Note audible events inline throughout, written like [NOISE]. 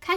开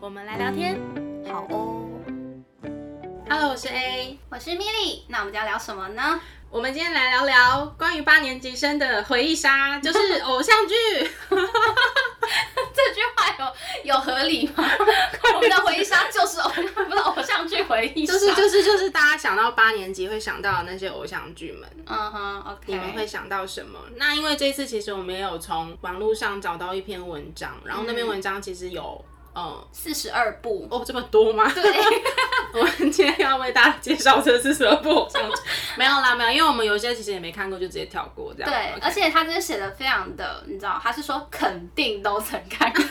我们来聊天。好哦， Hello，我是 A，我是米莉，那我们就要聊什么呢？我们今天来聊聊关于八年级生的回忆杀，就是偶像剧。这句话有有合理吗？我们的回忆杀就是偶不是偶像剧回忆杀，就是就是就是大家想到八年级会想到的那些偶像剧们，嗯哼，OK，你们会想到什么？那因为这次其实我们也有从网络上找到一篇文章，然后那篇文章其实有。嗯，四十二部。哦，这么多吗？ [LAUGHS] 对，我们今天要为大家介绍这是什么部偶像剧？ [LAUGHS] 没有啦，没有，因为我们有些其实也没看过，就直接跳过这样。对， OK 而且他真的写的非常的，你知道，他是说肯定都曾看过，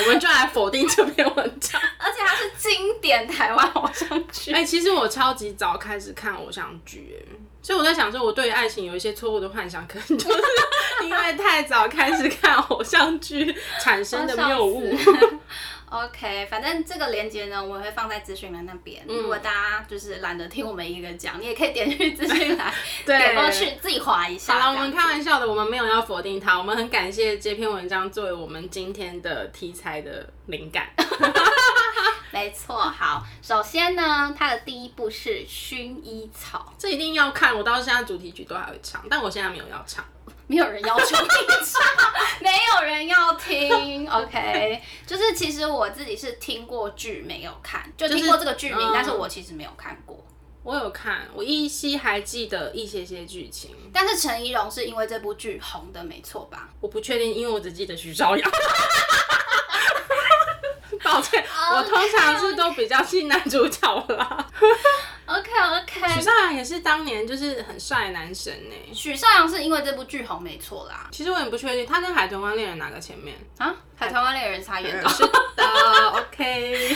我们就来否定这篇文章。 [LAUGHS] 而且他是经典台湾偶像 [LAUGHS] 剧。哎、其实我超级早开始看偶像剧，哎所以我在想说，我对于爱情有一些错误的幻想，可能就是 [LAUGHS] 因为太早开始看偶像剧产生的谬误。 [LAUGHS] OK，反正这个链接呢，我会放在资讯栏那边。如果大家就是懒得听我们一个讲，你也可以点去资讯栏，对点过去自己划一好下。了，我们这样开子玩笑的，我们没有要否定它，我们很感谢这篇文章作为我们今天的题材的灵感。没错，好，首先呢，它的第一部是薰衣草，这一定要看，我到现在主题曲都还会唱，但我现在没有要唱。没有人要求你唱，没有人要 [LAUGHS] 听。OK，就是其实我自己是听过剧没有看，就就是听过这个剧名，嗯但是我其实没有看过。我有看，我依稀还记得一些些剧情，但是陈怡蓉是因为这部剧红的，没错吧？我不确定，因为我只记得徐朝阳。 [LAUGHS] 抱歉，我通常是都比较信男主角啦。 OK 徐 OK，朝阳也是当年就是很帅的男神呢、许绍洋是因为这部剧红，没错啦。其实我也不确定他跟《海豚湾恋人》哪个前 [LAUGHS] 面。啊，海豚湾恋人是他演的。是的哦，OK。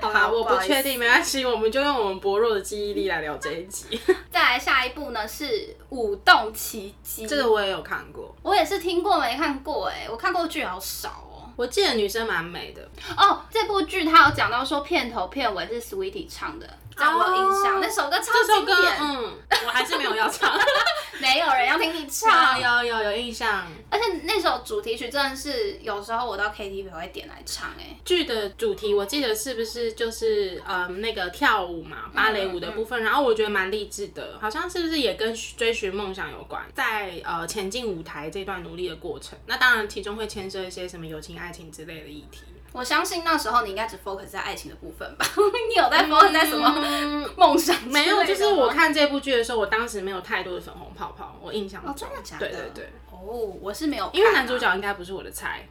好啦，我不不好意思确定，没关系，我们就用我们薄弱的记忆力来聊这一集。 [LAUGHS] 再来下一部呢是《舞动奇迹》， [LAUGHS] 这个我也有看过，我也是听过没看过哎、我看过剧好少哦、我记得女生蛮美的。哦，这部剧它有讲到说片头片尾是 Sweetie 唱的，这样我有印象。哦那首歌超这首经歌，典，嗯，我还是没有要 [LAUGHS] 唱。没有人要听你唱。哦有有有印象。而且那首主题曲真的是有时候我到 KTV 会点来唱哎、剧的主题，我记得是不是就是嗯那个跳舞嘛，芭嗯蕾舞的部分，然后我觉得蛮励志的，好像是不是也跟追寻梦想有关，在呃前进舞台这段努力的过程，那当然其中会牵涉一些什么友情、爱情之类的议题。我相信那时候你应该只 focus 在爱情的部分吧？ [LAUGHS] 你有在 focus 在什么梦想之类的吗？嗯没有，就是我看这部剧的时候，我当时没有太多的粉红泡泡，我印象中，哦，真的假的？对对对，。哦，我是没有看啊、因为男主角应该不是我的 [LAUGHS] 菜。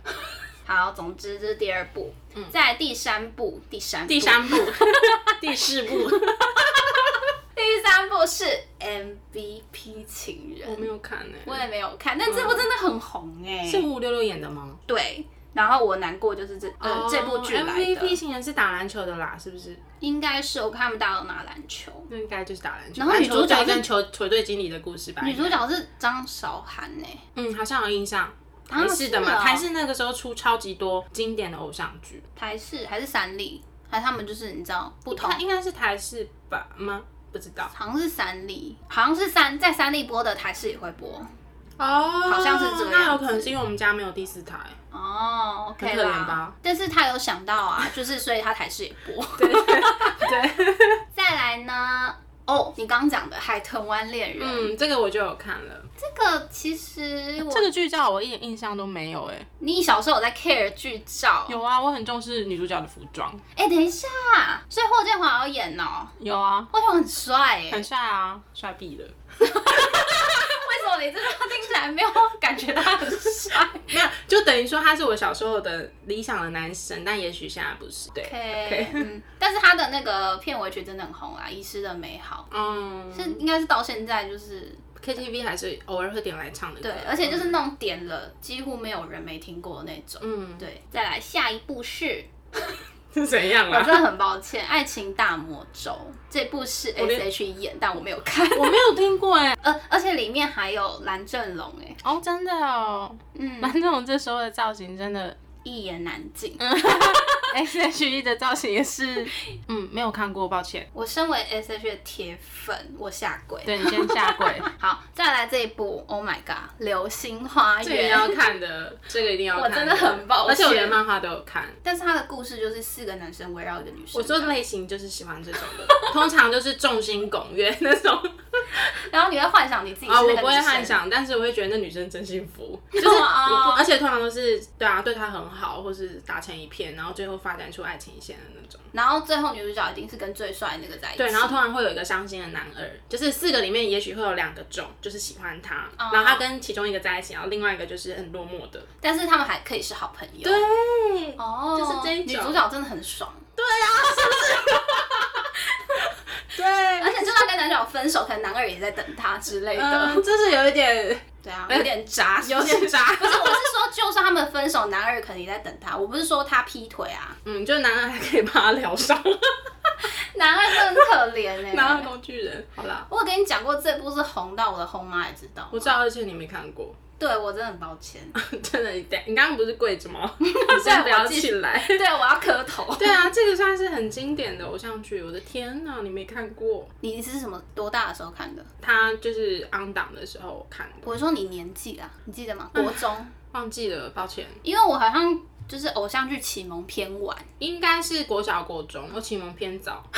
好，总之这是第二部，在第三部，第三部嗯第三 [LAUGHS] 部，第四部， [LAUGHS] 第三部是 MVP 情我人，没有看呢、我也没有看，但这嗯部真的很红哎、是五五六六演的吗？哦对，然后我难过就是这呃、这部剧来 MVP 的，型人是打篮球的啦，是不是？应该是我看他们打有拿篮球，那应该就是打篮球。然后女主角篮球队是跟球球队经理的故事吧？女主角是张韶涵哎、嗯，好像有印象。啊台视的是嘛，哦台视那个时候出超级多经典的偶像剧，台视还是三立，还是他们就是你知道不同它。应该是台视吧吗？不知道好像是三立，好像是三在三立播的台视也会播哦，好好像是这样子那有可能是因为我们家没有第四台，哦，OK 很可怜啦吧。但是他有想到啊， [LAUGHS] 就是所以他台视也播。 [LAUGHS] [LAUGHS] 对，再来呢，哦，你刚刚讲的《海豚湾恋人》嗯，这个我就有看了。这个其实我这个剧照我一点印象都没有，哎，你小时候有在 care 剧照？有啊，我很重视女主角的服装，哎、等一下，所以霍建华有演哦，有啊，霍建华很帅哎、很帅啊，帅毙 [LAUGHS] 了。为什么你这句话听起来没 [LAUGHS] 有感觉到他很帅没有，就等于说他是我小时候的理想的男神，但也许现在不是。对？OK，嗯，但是他的那个片尾曲真的很红啦，啊《遗失的美好》。嗯，是应该是到现在就是 KTV 还是偶尔会点来唱的歌。对，而且就是那种点了几乎没有人没听过的那种。嗯， [LAUGHS] 对，再来下一部是是怎样我啊真？的很抱歉，《爱情大魔咒》这部是 S H E 演，但我没有看。 [LAUGHS] 呃我没有听过哎、而而且里面还有蓝正龙，哎，哦，真的哦，嗯，蛮这种这时候的造型真 [LAUGHS] 的一言难尽。 ，S H E 的造型也是，嗯，没有看过，抱歉。我身为 S H 的铁粉，我下跪。对你先下 [LAUGHS] 跪，好，再来这一部，Oh my god，《流星花这个一定园要》。看的，这个一定要看。我真的很抱歉而且我连漫画都有看。但是它的故事就是四个男生围绕一个女生，我说类型就是喜欢这种的，通常就是众星拱月那种。然后你会幻想 [LAUGHS] 你自己是啊，那个我女生不会幻， [LAUGHS] 想，但是我会觉得那女生真幸福，就是哦我不，而且通常都是对啊，对她很好，或是打成一片，然后最后发展出爱情线的那种。然后最后女主角一定是跟最帅那个在一起。对，然后通常会有一个伤心的男二，就是四个里面也许会有两个中，就是喜欢他，然后他跟其中一个在一起，然后另外一个就是很落寞的。但是他们还可以是好朋友。对，哦，就是这一女种主角真的 [LAUGHS] 很爽，而对，且就算跟男主角分手，可能男二也在等她之类 [LAUGHS] 的。嗯，就是有一点对啊，有点渣， [LAUGHS] 有点。渣，不是，我是说，就算他们分手，男二可能也在等她。我不是说他劈腿啊，嗯，就男二还可以帮他疗伤，男二真的很可怜 [LAUGHS] 哎、男二工具人。好啦，我有跟你讲过，这部是红到我的红妈也知道。我知道，而且你没看过。 [LAUGHS] 对我真的很抱歉。真的，你等你刚刚不是跪着 [LAUGHS] 吗？你先不要起来。 [LAUGHS] 对，我要磕头。 [LAUGHS] 对啊，这个算是很经典的偶像剧。我的天哪，你没看过？ [LAUGHS] 你是什么多大的时候看的？他就是昂档的时候看的，我说你年纪啊，你记得吗？国中，忘记了，抱歉。因为我好像就是偶像剧启蒙偏晚，应该是国小国中，我启蒙偏早。 [LAUGHS]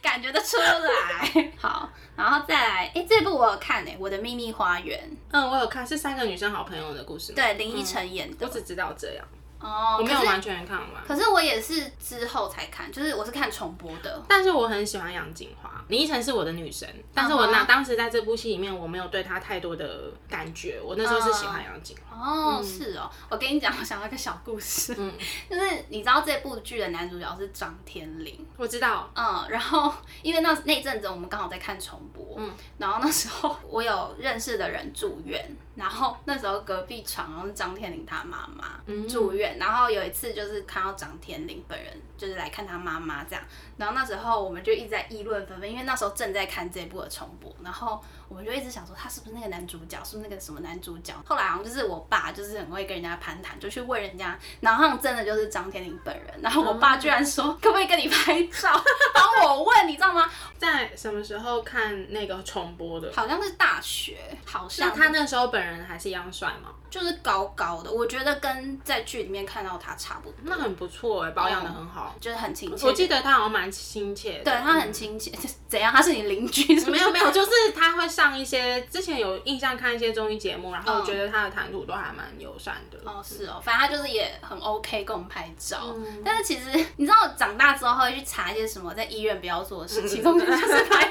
感觉得出来。 [LAUGHS] 好，然后再来，哎、这部我有看诶、我的秘密花园》，嗯，我有看，是三个女生好朋友的故事吗？，对，林依晨演的。我只知道这样，哦，我没有可是。完全看完。可是我也是之后才看，就是我是看重播的。但是我很喜欢杨锦华，林依晨是我的女神，但是我那、嗯哼当时在这部戏里面，我没有对她太多的感觉，我那时候是喜欢杨锦华。哦，是哦，我跟你讲，我想到一个小故事，嗯 [LAUGHS] 就是你知道这部剧的男主角是张天林，我知道，嗯，然后因为那那阵子我们刚好在看重播，嗯然后那时候我有认识的人住院，然后那时候隔壁床然后是张天林他妈妈嗯住院，然后有一次就是看到张天林本人，就是来看他妈妈这样，然后那时候我们就一直在议论纷纷，因为那时候正在看这部的重播，然后我们就一直想说他是不是那个男主角，是不是那个什么男主角？后来好像就是我爸就是很会跟人家攀谈，就去问人家，然后他们真的就是张天林本人，然后我爸居然说、可不可以跟你拍 [LAUGHS] 照，帮我问，你知道吗？在什么时候看那个重播的？好像是大学，好那像他那时候本人还是一样帅吗？就是高高的，我觉得跟在剧里面看到他差不多，那很不错哎、保养的很好。就是很亲切。我记得他好像蛮亲切的，哦嗯对他很亲切， [LAUGHS] 怎样？他是你邻居是不是？没有没有，就是他会上一些之前有印象看一些综艺节目，然后我觉得他的谈吐都还蛮友善的。嗯哦，是哦，反正他就是也很 OK 跟我们拍照，嗯但是其实你知道，长大之后会去查一些什么在医院不要做 [LAUGHS] 的事，其中就是拍照。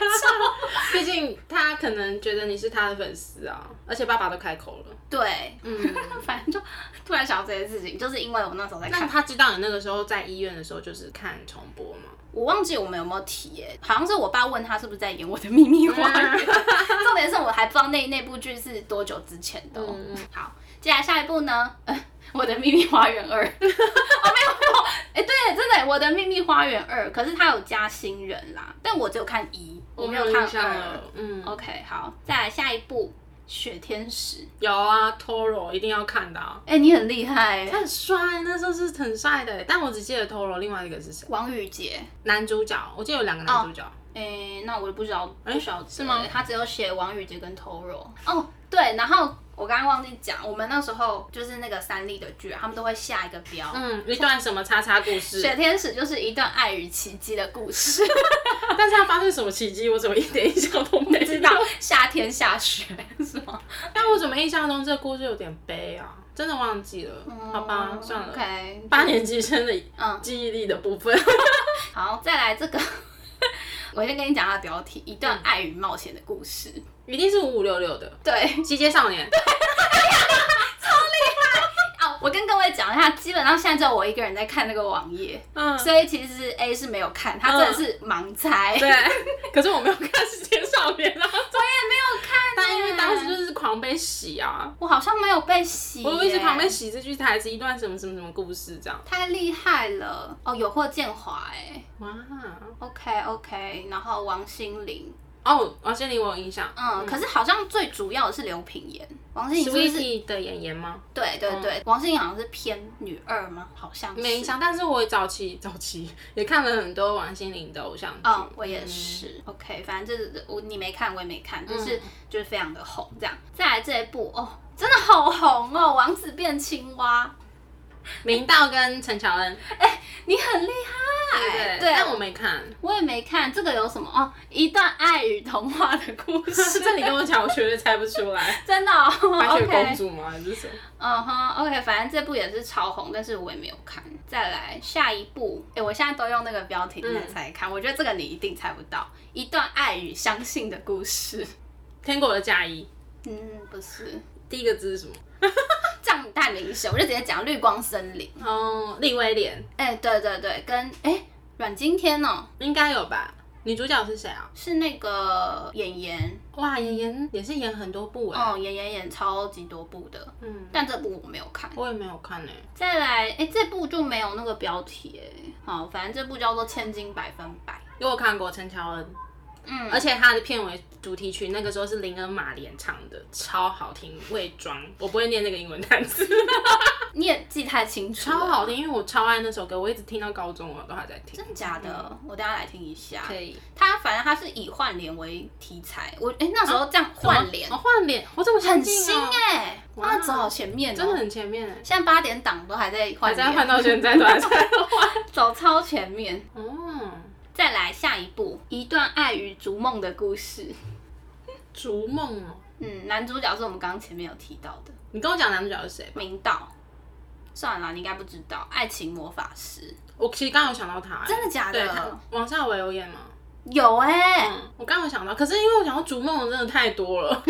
毕竟他可能觉得你是他的粉丝啊，而且爸爸都开口了。对， [LAUGHS] 嗯，反正就突然想到这件事情，就是因为我那时候在那看，他知道你那个时候在医院的时候就是看重播吗？我忘记我们有没有提耶、好像是我爸问他是不是在演我的秘密花嗯园， [LAUGHS] 重点是我还不知道那那部剧是多久之前的、哦。嗯嗯好，接下来下一部呢？ [LAUGHS] 呃我的秘密花园二，哦 [LAUGHS] 没有没有，哎、对，真的耶，我的秘密花园二，可是它有加新人啦，但我只有看一，我没有看印象二。了。嗯， OK，好，再来下一部《雪天使》。有啊，Toro 一定要看的啊。哎、你很厉害耶，他很帅，那时候是很帅的，欸但我只记得 Toro，另外一个是谁？王宇杰。男主角，我记得有两个男主角。哎、那我就不知道，不晓得是吗他只有写王宇杰跟 Toro。哦，对，然后我刚刚忘记讲，我们那时候就是那个三立的剧啊，他们都会下一个标。嗯，一段什么叉叉故事？雪天使就是一段爱与奇迹的 [LAUGHS] 故事，但是它发生什么奇迹，我怎么一点印象都没知道？夏天下雪是吗？但我怎么印象中这个故事有点悲啊？真的忘记了， [LAUGHS] 好吧，算了。哦 OK，八年级生的嗯记忆力的部分，好，再来这个， [LAUGHS] 我先跟你讲它的标题：一嗯段爱与冒险的故事。一定是五五六六的对， 《西街少年》。哦，我跟各位讲一下，基本上现在只有我一个人在看那个网页，嗯，所以其实 A 是没有看，他真的是盲猜。啊对。可是我没有看《西街少年》啊，我也没有看、但应因为当时就是狂被洗啊，我好像没有被洗耶，我一直狂被洗这句台词，一段什么什么什么故事这样。太厉害了哦，有获建华哎哇， ，OK OK，然后王心凌，哦，王心凌我有印象，嗯，可是好像最主要的是刘品言，王心凌是不是？ ，Sweetie 的演员吗？对对对，王心凌好像是偏女二吗？好像是没印象，但是我早期早期也看了很多王心凌的偶像剧。嗯，我也是。OK，反正就是我你没看，我也没看，嗯就是、就是非常的红这样。再来这一部哦，真的好红哦，《王子变青蛙明道跟陈乔恩，》，你很厉害。对，对，但我没看。我也没看这个有什么哦，一段爱与童话的故 [LAUGHS] 事。这你跟我讲，我绝对猜不出来。真的、哦、 [LAUGHS] 白雪公 [LAUGHS] ，OK，主吗？还是什么？嗯哼，OK，反正这部也是超红，但是我也没有看。再来下一部，哎、我现在都用那个标题来猜嗯看，我觉得这个你一定猜不到，《一段爱与相信的故事》。天国的嫁衣，嗯，不是，第一个字是什么？这样太明显，我就直接讲绿光森林。哦，利威廉哎、对对对，跟哎阮经天哦，应该有吧？女主角是谁啊？是那个演员，哇，演演也是演很多部哎、哦，演员演超级多部的，嗯，但这部我没有看。我也没有看哎、再来，哎、这部就没有那个标题哎。好，反正这部叫做《千金百分百》。因为我看过陈乔恩，嗯，而且他的片尾主题曲那个时候是林恩马莲唱的，超好听。伪装，我不会念那个英文单词，你也记太清楚了，超好听，因为我超爱那首歌，我一直听到高中我都还在听。真的假的？我等一下来听一下。可以他反正他是以换脸为题材，我哎、那时候这样换脸、哦，换脸，我怎么很先进新哦哎、哇他走好前面、哦，真的很前面哎，现在八点档都还在还换脸，在换到现在都还在换。走超前面。 [LAUGHS] 哦，再来下一部，一段爱与逐梦的故事。逐梦哦，嗯，男主角是我们刚刚前面有提到的你跟我讲男主角是谁吧？明道。算了，你应该不知道《爱情魔法师我其实刚刚有想到他、哎真的假的对，他王少伟有演吗？》有哎、嗯，我刚刚有想到，可是因为我想到逐梦的真的太多了，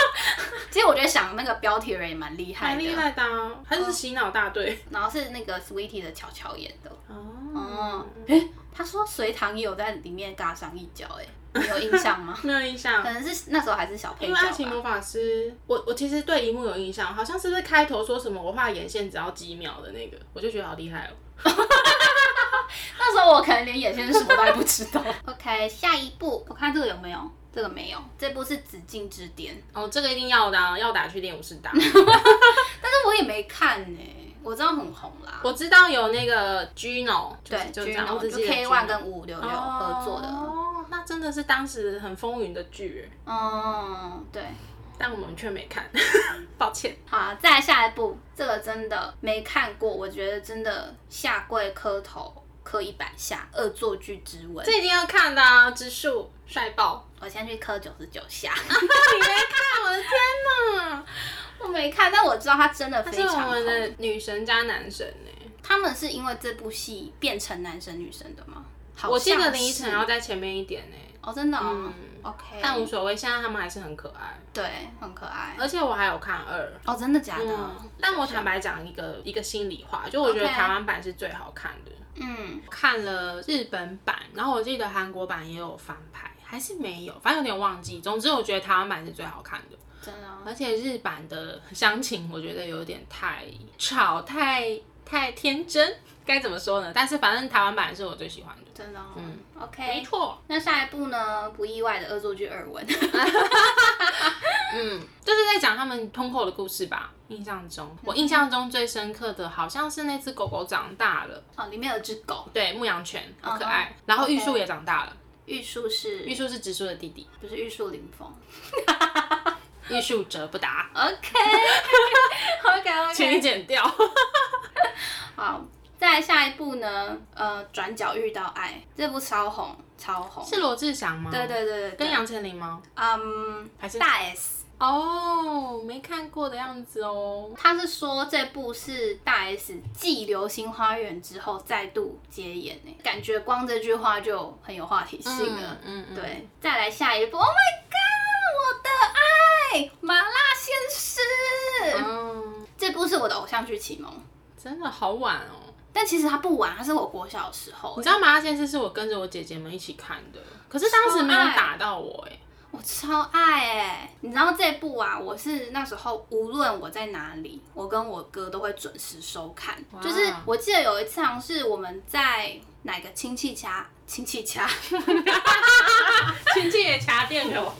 [LAUGHS] 其实我觉得想那个标题的人也蛮厉害蛮的，厉害的、啊，他就是洗脑大队。然后是那个 Sweetie 的巧巧演的，哦？哦，诶，他说隋唐也有在里面尬上一脚、欸，哎，有印象吗 [LAUGHS] 没有印象可。能是那时候还是小配因角为《爱情魔吧。法师》我，我其实对一幕有印象，好像是不是开头说什么我画眼线只要几秒的那个，我就觉得好厉害哦。那时候我可能连眼线是什么都还不知 [LAUGHS] 道。OK，下一步我看这个有没有？这个没有，这部是《紫禁之巅》，哦，这个一定要的、啊，要打去练武士打。但是我也没看呢、我知道很红啦。 [LAUGHS] 我知道有那个 Gino，就是对，就这样，我只就记得 K One 跟五五六 Gino 六合作的。哦，那真的是当时很风云的剧，嗯，对。但我们却没看， [LAUGHS] 抱歉。好，再来下一步，这个真的没看过，我觉得真的下跪磕头磕一百下，恶作剧之吻。这一定要看的、啊，植树帅爆！我先去磕九十九 [LAUGHS] 下。你没看，我的天哪！我没看，但我知道他真的他非是我常们的红。女神加男神欸呢、他们是因为这部戏变成男生女生的吗？好我记得像林依晨要是在前面一点呢、哦，真的哦、嗯 OK，但无所谓，现在他们还是很可爱。对，很可爱。而且我还有看二，哦，真的假的？嗯，但我坦白讲一个一个心里话，就我觉得 OK 台湾版是最好看的。嗯，看了日本版，然后我记得韩国版也有翻拍，还是没有，反正有点忘记。总之，我觉得台湾版是最好看的，真的哦、而且日版的乡情我觉得有点太吵，太太天真，该怎么说呢？但是反正台湾版是我最喜欢的。真的、哦。嗯没，OK。错，那下一部呢？不意外的恶作剧二吻。嗯，就是在讲他们通后的故事吧。印象中，我印象中最深刻的好像是那只狗狗长大了，哦，里面有只狗，对，牧羊犬，好可爱。嗯哼然后玉 OK 树也长大了，玉树是玉树是直树的弟弟，不是玉树临 [LAUGHS] 风玉树哲不达， [LAUGHS] ？OK OK 请你 OK。剪掉。好，再来下一部呢？呃，转角遇到爱，这部超红，超 [LAUGHS] 红。是罗志祥吗？对对对对，跟对杨丞琳吗？嗯，还是大 S，哦，没看过的样子哦。他是说这部是大 S 继《流星花园》之后再度接演诶、感觉光这句话就很有话题性了。嗯嗯对，再来下一部，Oh my God，我的爱，麻辣鲜师，嗯，这部是我的偶像剧启蒙。真的好晚哦。但其实它不晚，它是我国小的时候你欸、知道《麻辣鲜师》是我跟着我姐姐们一起看的，可是当时没有打到我哎、我超爱哎、你知道这部啊，我是那时候无论我在哪里，我跟我哥都会准时收看。就是我记得有一次好像是我们在哪个亲戚家，亲戚 [LAUGHS] 家，[LAUGHS] 亲戚也掐电给我，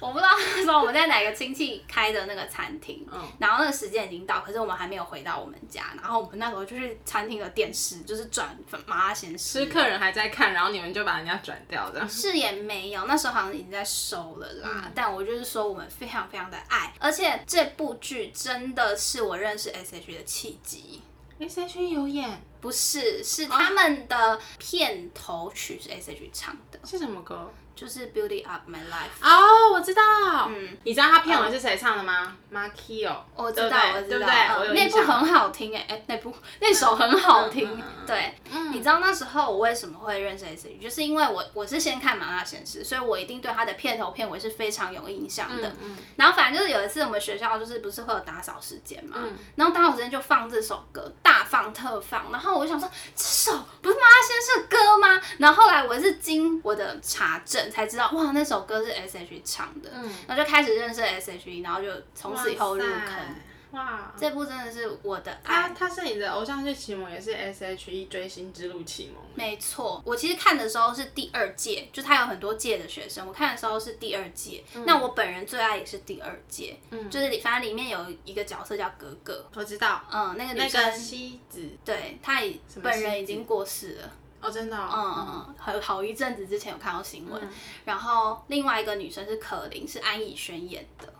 我不知道那时候我们在哪个亲戚开的那个餐厅，嗯然后那个时间已经到，可是我们还没有回到我们家，然后我们那时候就去餐厅的电视，就是转麻辣鲜是师，客人还在看，然后你们就把人家转掉 [LAUGHS] 的。是也没有，那时候好像已经在收了啦。嗯但我就是说，我们非常非常的爱，而且这部剧真的是我认识 S H 的契机。 S H E 有演不是，是他哦们的片头曲是 S H 唱的，是什么歌？就是 Beauty Up My Life。哦，我知道。嗯，你知道他片尾是谁唱的吗 m a k i o 我知道，我对知不道，对？我嗯有那印部象很好听哎、哎、那部那首很好听，嗯嗯嗯嗯对。你知道那时候我为什么会认识 S H，就是因为我我是先看《麻辣鲜师》，所以我一定对它的片头片尾是非常有印象嗯的。然后反正就是有一次我们学校就是不是会有打扫时间嘛，嗯然后打扫时间就放这首歌，大放特放。然后我就想说，这首不是麻辣鲜师的歌吗？然后后来我是经我的查证才知道，哇，那首歌是 S H E 唱的。然后就开始认识 S H E，然后就从此以后入嗯哇塞坑。哇，这部真的是我的他爱，他是你的偶像剧启蒙，也是 S H E 追星之路启蒙。没错，我其实看的时候是第二届，就他有很多届的学生，我看的时候是第二届。嗯那我本人最爱也是第二届，就是里反正里面有一个角色叫格格，我知道嗯，那个那女生，个西子对，她也什么本西人子已经过世了。哦，真的嗯哦，嗯，嗯，好好一阵子之前有看到新闻，然后另外一个女生是可玲，是安以轩演的。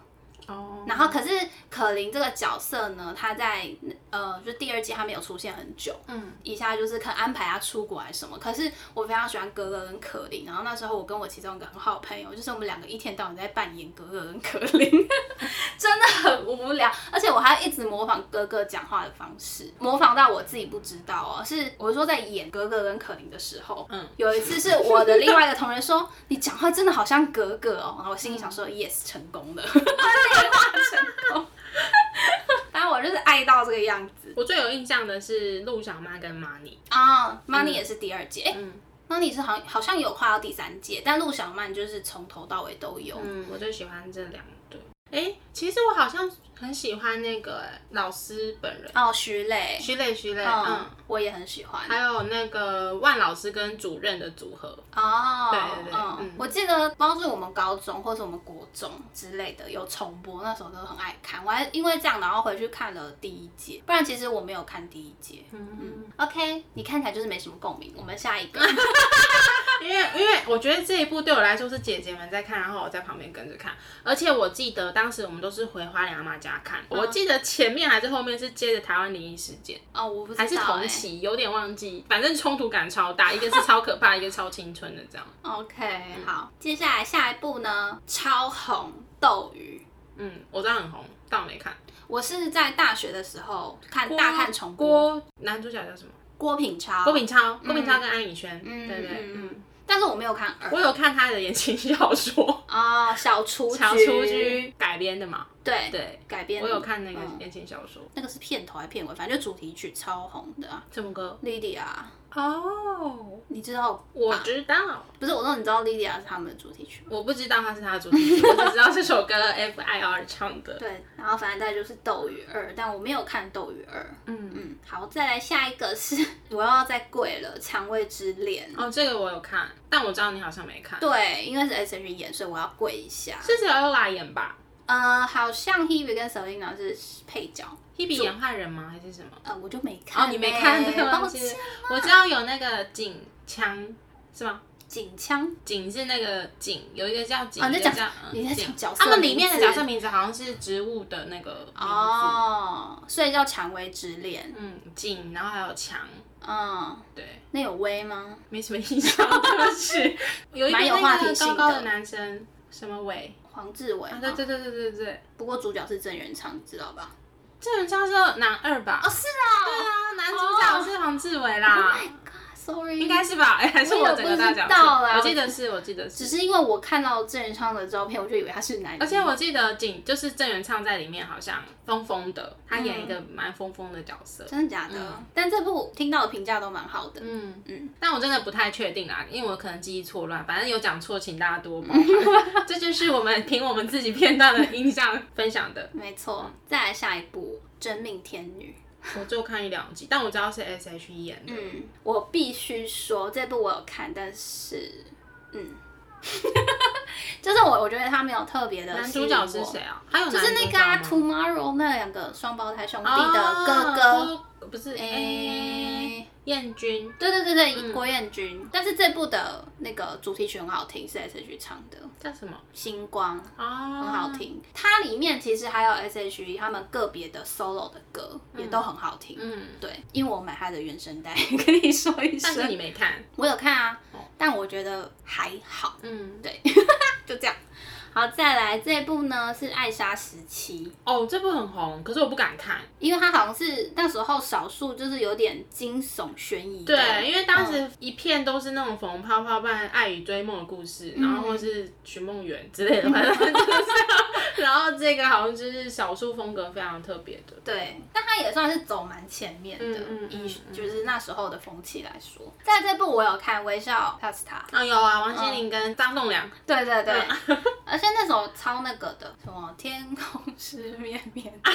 哦，然后可是可玲这个角色呢，她在呃，就第二季她没有出现很久，嗯，以下就是可能安排她出国还是什么。可是我非常喜欢格格跟可玲，然后那时候我跟我其中一个很好的朋友，就是我们两个一天到晚在扮演格格跟可玲， [LAUGHS] 真的很无聊，而且我还一直模仿哥哥讲话的方式，模仿到我自己不知道哦，是我说在演格格跟可玲的时候，嗯有一次是我的另外一个同学说你讲话真的好像格格哦，然后我心里想说 yes 成功了。反正我就是爱到这个样子我最有印象的是陆小妈跟 Money，哦啊。Money 也是第二届，哎、嗯 Money 是好像好像有跨到第三届，但陆小曼就是从头到尾都有。嗯，我最喜欢这两对。哎，其实我好像很喜欢那个诶老师本人，哦，徐磊，徐磊，徐磊，嗯嗯，，我也很喜欢。还有那个万老师跟主任的组合，哦，对对对嗯嗯，我记得不知道是我们高中或是我们国中之类的有重播，那时候都很爱看。我还因为这样，然后回去看了第一届，不然其实我没有看第一届。嗯，OK，你看起来就是没什么共鸣。我们下 [LAUGHS] 一个，因为因为我觉得这一部对我来说是姐姐们在看，然后我在旁边跟着看，而且我记得当时我们都是回花莲阿妈家看，嗯我记得前面还是后面是接着台湾灵异事件，哦，我不知道、还是同哎期，有点忘记，反正冲突感超 [LAUGHS] 大，一个是超可怕，一个超青春的这样。 OK，好，嗯接下来下一部呢，超红斗鱼。嗯，我知道很红，但我没看。我是在大学的时候看大看重播，郭男主角叫什么？郭品超，郭品超，郭品超跟安以轩，嗯，对对，嗯嗯嗯，，但是我没有看我二，有看他的言情小说哦，小雏菊，小雏菊改编的嘛，对对，改编我的，有看那个嗯言情小说，那个是片头还是片尾，反正就主题曲超红的、啊。什么歌？ Lydia，哦，你知道我吧知道，不是我说你知道 Lydia 是他们的主题曲吗？我不知道它是他的主题曲， [LAUGHS] 我只知道这首歌 F I R 唱的。对，然后反正再就是《斗鱼二》，但我没有看《斗鱼二》。嗯，嗯，好，再来下一个是 [LAUGHS] 我要再跪了，《蔷薇之恋》。哦，这个我有看，但我知道你好像没看，对，因为是 S H E 演，所以我要跪一下。是只有 Ella 演吧呃，好像 Hebe 跟 Selina 是配角， ？Hebe 演坏人吗？还是什么？呃，我就没看、哦，你没看对吗？抱忘记歉啊了。我知道有那个景枪是吗？警枪，景是那个景，有一个叫景，哦你一在个讲叫你在嗯讲景角色他们里面的名字角色名字好像是植物的那个名字。哦，所以叫《蔷薇之恋》。嗯，景，然后还有墙，嗯，对，那有薇吗？没什么印象，对不起。 [LAUGHS] 有一个蛮有话那题个性高的高的男生，什么伟？黄志伟、啊，对对对对对对，不过主角是郑元畅，你知道吧？哦这人像是男二吧？是啊，对啊，男主角是黄志伟啦。是 sorry，应该是吧？哎、还是我也整个不大知奖道我啦记得是，我记得只是。是因为我看到郑元畅的照片，我就以为他是男一，而且我记得景就是郑元畅在里面好像疯疯的，他演一个蛮疯疯的角色。真的假的？但这部听到的评价都蛮好的，嗯嗯，但我真的不太确定啦，因为我可能记忆错乱，反正有讲错，请大家多包 [LAUGHS] 涵。这就是我们凭我们自己片段的印象分享的。没错。再来下一部《真命天女》，我就看一两集，但我知道是 S H E 演的。嗯，我必须说这部我有看，但是嗯， [LAUGHS] 就是我我觉得他没有特别的男主角是谁？啊？还有就男是主角那个啊吗，Tomorrow 那两个双胞胎兄弟的啊哥哥，哎郭不是诶诶，燕君。对对对对，嗯郭彦均。但是这部的那个主题曲很好听，是 S.H.E 唱的《叫什么？星光》。啊，很好。听。它里面其实还有 S.H.E 他们个别的 solo 的歌、也都很好听。嗯，对，因为我买他的原声带， [LAUGHS] 跟你说一但是声。你没看。我有看啊，哦但我觉得还好，嗯，对。就这样。好，再来这部呢是《艾莎时期》，哦，这部很红，可是我不敢看。因为它好像是那时候少数就是有点惊悚悬疑的。对，因为当嗯时一片都是那种粉红泡泡扮爱与追梦的故事，嗯然后或是寻梦园之类的，反正就是 [LAUGHS] 这样。然后这个好像就是少数风格非常特别的。对，但它也算是走蛮前面的，嗯嗯以嗯嗯就是那时候的风气来说。在这部我有看《微笑 Pasta》，啊，有啊，王心凌跟张栋梁。对对对， [LAUGHS] 而且那首超那个的，什么天空是绵绵 [LAUGHS] 的，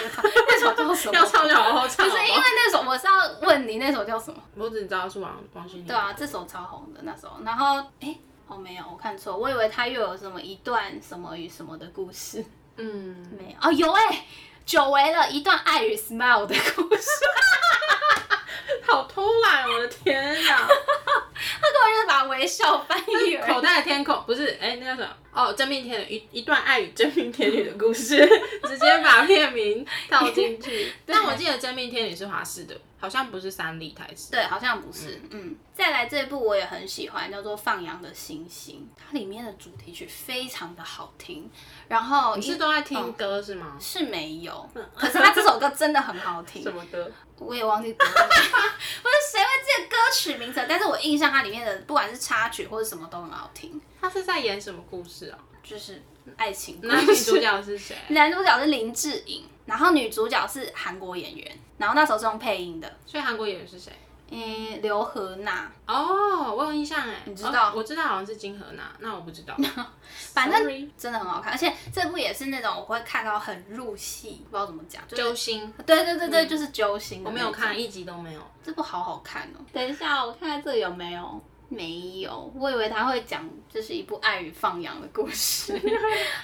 那首叫什么？ [LAUGHS] 要唱就好好不唱好是因为那首，我是要问你那首叫什么？我只知道是王王心凌。对啊，这首超红的那首。然后诶，哦没有，我看错，我以为它又有什么一段什么与什么的故事， [LAUGHS] 嗯，没有哦有诶，久违了一段爱与 smile 的故事， [LAUGHS] 好偷懒，我的天哪！那根本就是把微笑翻译而已口袋的天空不是哎、那叫什么？哦，真命天女一一段爱与真命天女的故 [LAUGHS] 事，直接把片名套进 [LAUGHS] 去。但我记得真命天女是华视的，好像不是三立台视。对，好像不是。嗯，再来这部我也很喜欢，叫做《放羊的星星》，它里面的主题曲非常的好听。然后你因哦是都在听歌是吗？是没有，可是它这首歌真的很好 [LAUGHS] 听什，么歌？ [LAUGHS] 我也忘记歌名，不是谁会记得歌曲名称，但是我印象它里面的不管是插曲或者什么都很好听，他是在演什么故事 [LAUGHS] 啊？就是爱情故男女主 [LAUGHS] 事。角啊是谁？男主角是林志颖，然后女主角是韩国演员，然后那时候是用配音的，所以韩国演员是谁？嗯，刘荷娜，哦，我有印象哎，你知道我知道好像是金荷娜，那我不 [LAUGHS] 知道。反正 Sorry 真的很好看，而且这部也是那种我会看到很入戏，不知道怎么讲，就是揪心，嗯对对对对，就是揪心。我没有看，，一集都没有。这部好好看哦。等一下，我看看这有没有。没有，我以为他会讲这是一部爱与放羊的故事。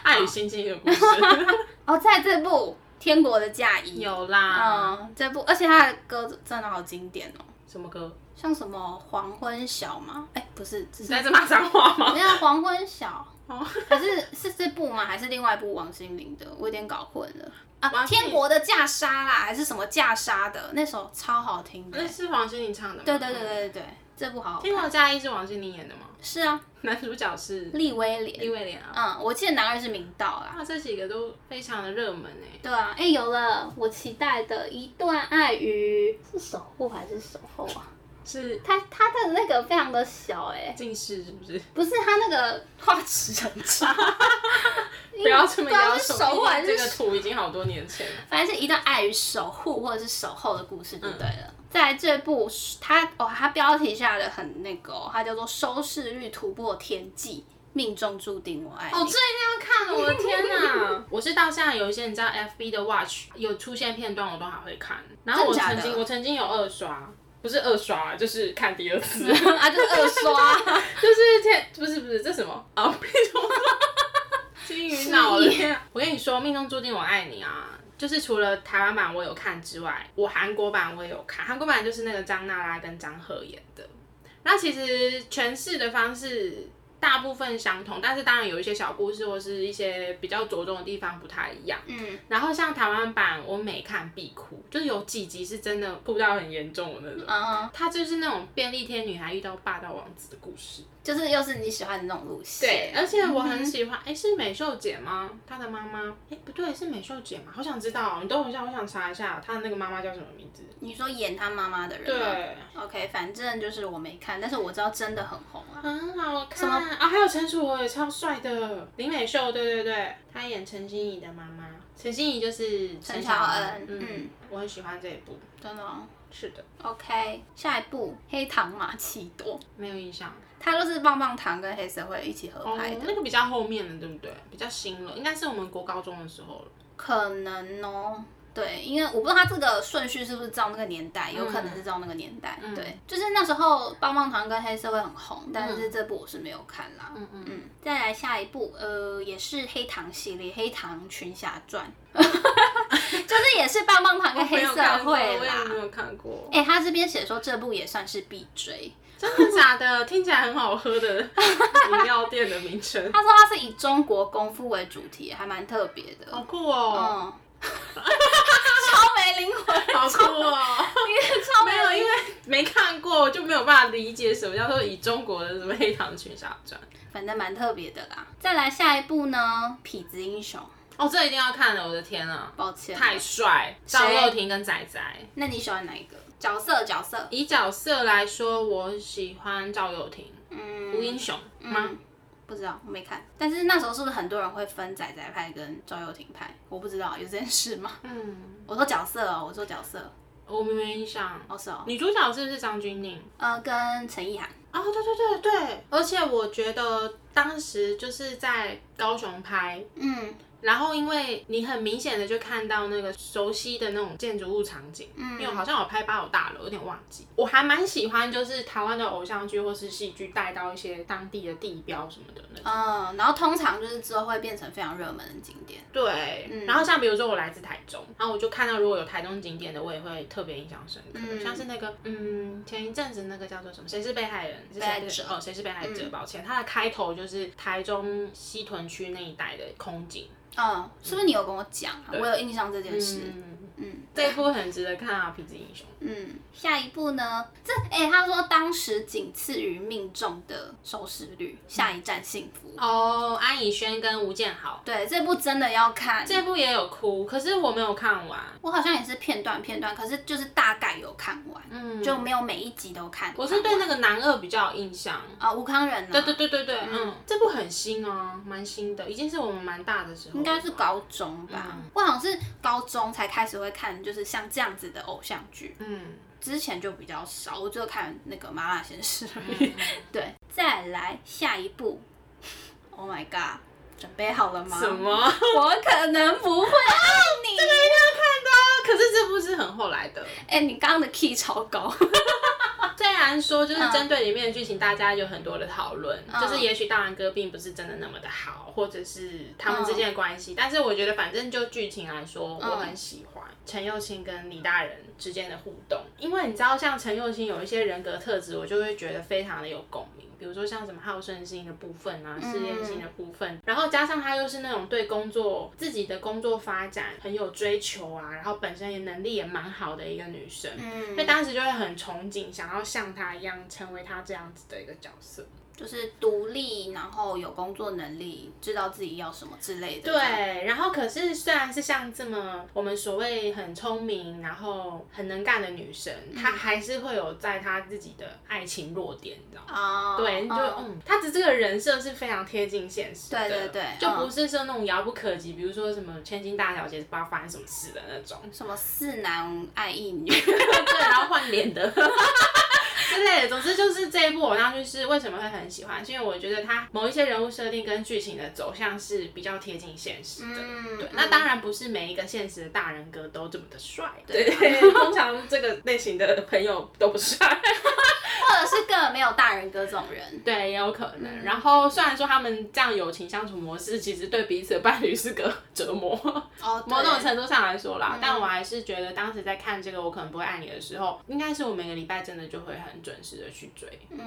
爱与星星的 [LAUGHS] 故事 [LAUGHS] 哦，在这部《天国的嫁衣》，有啦，嗯，这部，而且他的歌真的好经典哦，什么歌？像什么黄昏晓吗？哎，不是，这你是在这骂脏话吗 [LAUGHS] 没？有黄昏晓，哦可是是这部吗？还是另外一部王心凌的？我有点搞混了啊！王心凌天国的嫁纱啦，还是什么嫁纱的？那首超好听的、那是王心凌唱的吗？对对对对对对，这部好好天看。国嫁衣》是王心凌演的吗？是啊，男主角是利威廉。李伟廉啊。嗯，我记得男二是明道啦。哇，这几个都非常的热门哎、对啊，哎、有了我期待的一段爱与是守护还是守候啊？是他他的那个非常的小哎、近视是不是？不是他那个画质很差，不要这么要求，不知道是手腕毕竟是这个图已经好多年前 [LAUGHS] 了。 [LAUGHS] 反正是一段爱与守护或者是守候的故事就对了。在这部它哦，它标题下的很那个、哦，它叫做“收视率突破天际，命中注定我爱你”。哦，这一定要看了！我的天哪！ [LAUGHS] 我是到现在有一些你知道 FB 的 Watch 有出现片段，我都还会看。然后我真假的曾经我曾经有二刷，不是二刷啊，就是看第二次。 [LAUGHS] 啊，就是二刷， [LAUGHS] 就是天，不是不是，这什么啊？ [LAUGHS] 命中金鱼脑了失忆天啊！我跟你说，命中注定我爱你啊！就是除了台湾版我有看之外，我韩国版我也有看。韩国版就是那个张娜拉跟张赫演的。那其实诠释的方式，大部分相同，但是当然有一些小故事或是一些比较着重的地方不太一样。嗯，然后像台湾版，我每看必哭，就是有几集是真的哭到很严重的那种。嗯，它就是那种便利贴女孩遇到霸道王子的故事。就是又是你喜欢的那种路线。对，而嗯且我很喜欢，哎、是美秀姐吗？她的妈妈？哎，不对，是美秀姐吗？好想知道哦、你等我一下，我想查一下她的那个妈妈叫什么名字。你说演他妈妈的人，对，啊，OK，反正就是我没看，但是我知道真的很红啊。很好看什么啊！还有陈楚文也超帅的，林美秀，对对对，她演陈欣怡的妈妈，陈欣怡就是陈乔乔恩嗯嗯我很喜欢这一部，真的、哦、是的， ，OK。下一部《黑糖玛奇朵》，没有印象。它就是棒棒糖跟黑社会一起合哦拍，的，那个比较后面的，对不对？比较新了，应该是我们国高中的时候了。可能哦。对，因为我不知道它这个顺序是不是照那个年代，有可能是照那个年代。嗯对，就是那时候棒棒糖跟黑社会很红，但是这部我是没有看啦。嗯嗯，嗯，再来下一部，呃，也是黑糖系列，《黑糖群侠传》， [LAUGHS] 就是也是棒棒糖哦跟黑社会啦。有看过。哎、他这边写说这部也算是必追，真的假的？听起来很好喝 [LAUGHS] 的饮料店的名称，他说他是以中国功夫为主题，还蛮特别的。好酷哦，嗯， [LAUGHS] 超没灵魂，好酷哦！ [LAUGHS] 超没 [LAUGHS] 有，因灵为魂。没看过，我就没有办法理解什么叫做以中国的什么黑糖群侠传。反正蛮特别的啦。再来下一部呢，《痞子英雄》，哦，这一定要看了，我的天啊！抱歉，太帅，赵又廷跟仔仔。那你喜欢哪一个角色？角色，以角色来说，我喜欢赵又廷，嗯吴英雄吗？嗯不知道，我没看。但是那时候是不是很多人会分仔仔派跟赵又廷派？我不知道有这件事吗？嗯，我说角色哦，我说角色，我没印象。哦是哦，女主角是不是张钧甯？呃，跟陈意涵，哦，对对对对，而且我觉得当时就是在高雄拍，嗯然后因为你很明显的就看到那个熟悉的那种建筑物场景，因为我好像有拍八楼大楼，有点忘记。我还蛮喜欢就是台湾的偶像剧或是戏剧带到一些当地的地标什么的那种。嗯、然后通常就是之后会变成非常热门的景点，对，然后像比如说我来自台中，然后我就看到如果有台中景点的，我也会特别印象深刻。嗯像是那个，嗯，前一阵子那个叫做什么？谁是被害人？被害者哦，谁是被害者？嗯抱歉，它的开头就是台中西屯区那一带的空景。嗯，是不是你有跟我讲啊？我有印象这件事，嗯，嗯这一部很值得看啊，《痞子英雄》。嗯，下一步呢？这哎、他说当时仅次于命中的收视率，下一站幸福。哦，安以轩跟吴建豪对，这部真的要看，这部也有哭，可是我没有看完。我好像也是片段片段，可是就是大概有看完，嗯，就没有每一集都看完。我是对那个男二比较有印象。啊，吴康仁、啊，对对对对对，嗯，这部很新啊，蛮新的，已经是我们蛮大的时候。应该是高中吧，嗯我好像是高中才开始会看，就是像这样子的偶像剧，嗯，之前就比较少，我就看那个《麻辣鲜师》而已。嗯 [LAUGHS] 对，再来下一步，Oh my god，准备好了吗？什？么？啊我可能不会爱你。可是这部是很后来的。哎、你刚刚的 key 超高。 [LAUGHS] 虽然说就是针对里面的剧情，大家有很多的讨论，就是也许大然哥并不是真的那么的好，或者是他们之间的关系，但是我觉得反正就剧情来说，我很喜欢陈佑卿跟李大人之间的互动，因为你知道像陈佑卿有一些人格特质，我就会觉得非常的有共鸣。比如说像什么好胜心的部分啊，事业心的部分，然后加上他又是那种对工作自己的工作发展很有追求啊，然后本身也能力也蛮好的一个女生，所以嗯，当时就会很憧憬，想要像他一样成为他这样子的一个角色。就是独立，然后有工作能力，知道自己要什么之类的。对，然后可是虽然是像这么我们所谓很聪明，然后很能干的女生，她还是会有在她自己的爱情弱点，你知道吗？啊，对，你就嗯嗯，她的这个人设是非常贴近现实的，对对对就嗯不是说那种遥不可及，比如说什么千金大小姐不知道发生什么事的那种， [LAUGHS] 什么四男爱一女，对，然后换脸的之类的。总之就是这一部偶像剧是为什么会很喜欢，是因为我觉得它某一些人物设定跟剧情的走向是比较贴近现实的。嗯对嗯，那当然不是每一个现实的大人哥都这么的帅，对对， [LAUGHS] 通常这个类型的朋友都不帅，或者是根本没有大人哥这种人。对，也有可能。然后虽然说他们这样友情相处模式，其实对彼此的伴侣是个折 [LAUGHS] 磨，哦，对某种程度上来说啦，但我还是觉得当时在看这个《我可能不会爱你》的时候，应该是我每个礼拜真的就会很准时的去追。嗯，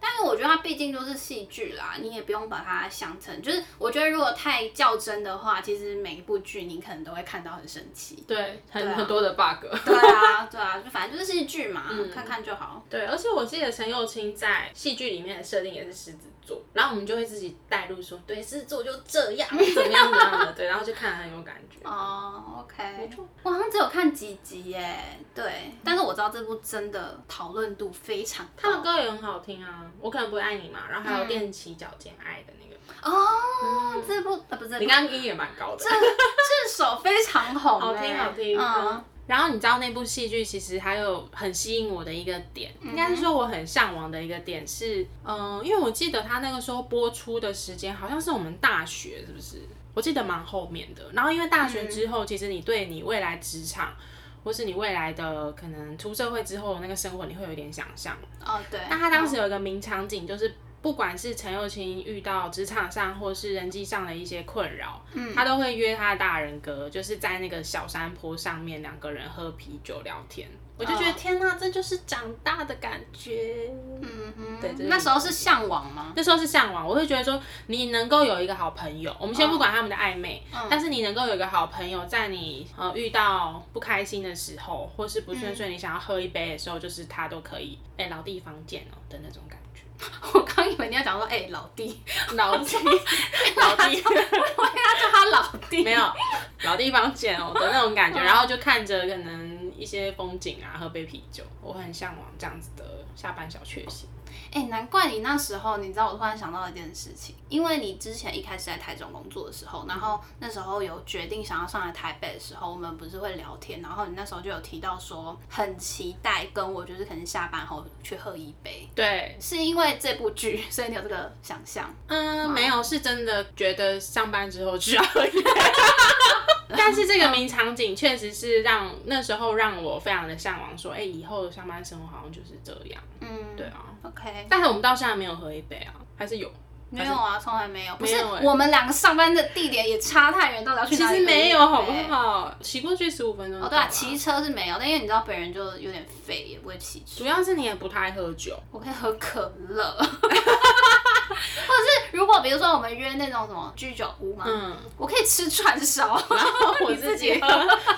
但但是我觉得它毕竟就是戏剧啦，你也不用把它想成，就是我觉得如果太较真的话，其实每一部剧你可能都会看到很生气。对，很对啊很多的 bug。对啊，对啊，就反正就是戏剧嘛，嗯看看就好。对，而且我记得陈幼卿在戏剧里面的设定也是狮子座，然后我们就会自己带入说，对，狮子座就这样，怎么样怎么样 [LAUGHS] 的，对，然后就看得很有感觉。哦，OK、o 没 k 错我好像只有看几集耶，对，但是我知道这部真的讨论度非常他高。的歌也很好听啊，我可能不会爱你嘛，然后还有踮起脚尖爱的那个， [LAUGHS] 哦，这部呃不是，你刚刚音也蛮高的，这首非常红，好哦听好听。嗯嗯，然后你知道那部戏剧其实还有很吸引我的一个点，应该是说我很向往的一个点是，嗯、因为我记得他那个时候播出的时间好像是我们大学，是不是？我记得蛮后面的。然后因为大学之后，其实你对你未来职场。或是你未来的可能出社会之后的那个生活，你会有一点想象。哦对。那他当时有一个名场景，就是不管是陈幼卿遇到职场上或是人际上的一些困扰，他都会约他的大人哥，就是在那个小山坡上面两个人喝啤酒聊天。我就觉得、哦天哪，这就是长大的感觉。嗯哼，对这是那时候是向往吗？ [LAUGHS] 那时候是向往，我会觉得说你能够有一个好朋友，我们先不管他们的暧昧，但是你能够有一个好朋友，在你呃遇到不开心的时候，或是不顺遂，你想要喝一杯的时候，就是他都可以，哎、老地方见哦的那种感觉。我刚以为你要讲说，哎、老弟，老 [LAUGHS] 地老地我跟他叫他老弟， [LAUGHS] 没有老地方见哦的那种感嗯觉，然后就看着可能一些风景啊，喝杯啤酒，我很向往这样子的下班小确幸。哎、难怪你那时候，你知道我突然想到一件事情，因为你之前一开始在台中工作的时候，然后那时候有决定想要上来台北的时候，我们不是会聊天，然后你那时候就有提到说，很期待跟我就是可能下班后去喝一杯，对，是因为这部剧，所以你有这个想象。嗯，没有，是真的觉得上班之后去熬 [LAUGHS] 夜。但是这个名场景确实是让那时候让我非常的向往，说，哎、以后的上班生活好像就是这样。嗯，对。啊， OK，但是我们到现在没有喝一杯啊，还是有。没有啊，从来没有。不是没有欸我们两个上班的地点也差太远，到底要去其哪里实啊喝一没有，好杯不好？骑过去十五分钟就哦，到对了。啊，骑车是没有，但因为你知道本人就有点废，也不会骑车主。要是你也不太喝酒，我可以喝可乐， [LAUGHS] 或者是如果比如说我们约那种什么居酒屋嘛，嗯，我可以吃串 [LAUGHS] 烧，然后我自己喝，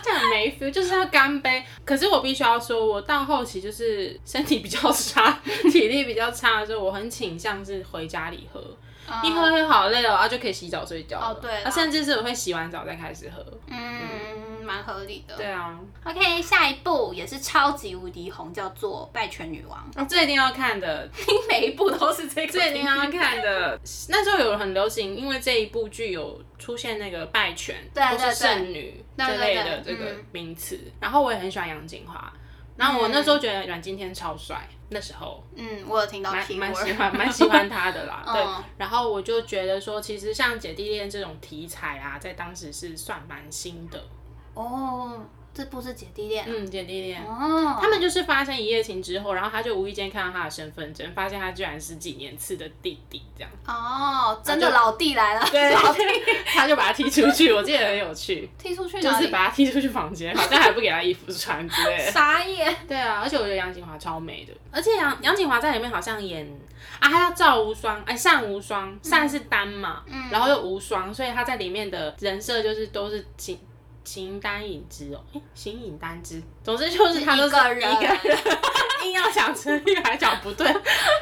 这样没 feel，就是要干杯。可是我必须要说，我到后期就是身体比较差， [LAUGHS] 体力比较差的时候，我很倾向是回家里喝，嗯一喝喝好累哦，然后就可以洗澡睡觉了哦哦对啦啊甚至是我会洗完澡再开始喝。嗯，蛮合理的。对啊， OK，下一部也是超级无敌红，叫做《拜权女王》，啊啊，这一定要看的，每一部都是这个。这一定要看的。那时候有很流行，因为这一部剧有出现那个拜犬对或对对是剩女对这对类对的这个嗯名词，然后我也很喜欢杨锦华。然后我那时候觉得阮经天超帅，那时候嗯，我有听到蛮 keyword，蛮喜欢蛮喜欢他的 [LAUGHS] 啦。对嗯，然后我就觉得说，其实像姐弟恋这种题材啊，在当时是算蛮新的。哦，这部是姐弟恋啊、嗯，姐弟恋，哦，他们就是发生一夜情之后，然后他就无意间看到他的身份证，发现他居然是几年次的弟弟，这样。哦，真的老弟来了，对老弟，他就把他踢出去，我记得很有 [LAUGHS] 趣，踢出去就哪是里？把他踢出去房间，好像还不给他衣服穿之类的。傻眼。 [LAUGHS] 对啊，而且我觉得杨锦华超美的，而且杨杨锦华在里面好像演啊，她叫赵无双，哎、单无双，单是单嘛，嗯然后又无双，所以她在里面的人设就是都是形形单影只哦，哎、形影单只，总之就是她都是一个人一个人 [LAUGHS] 硬要讲成语还讲不对，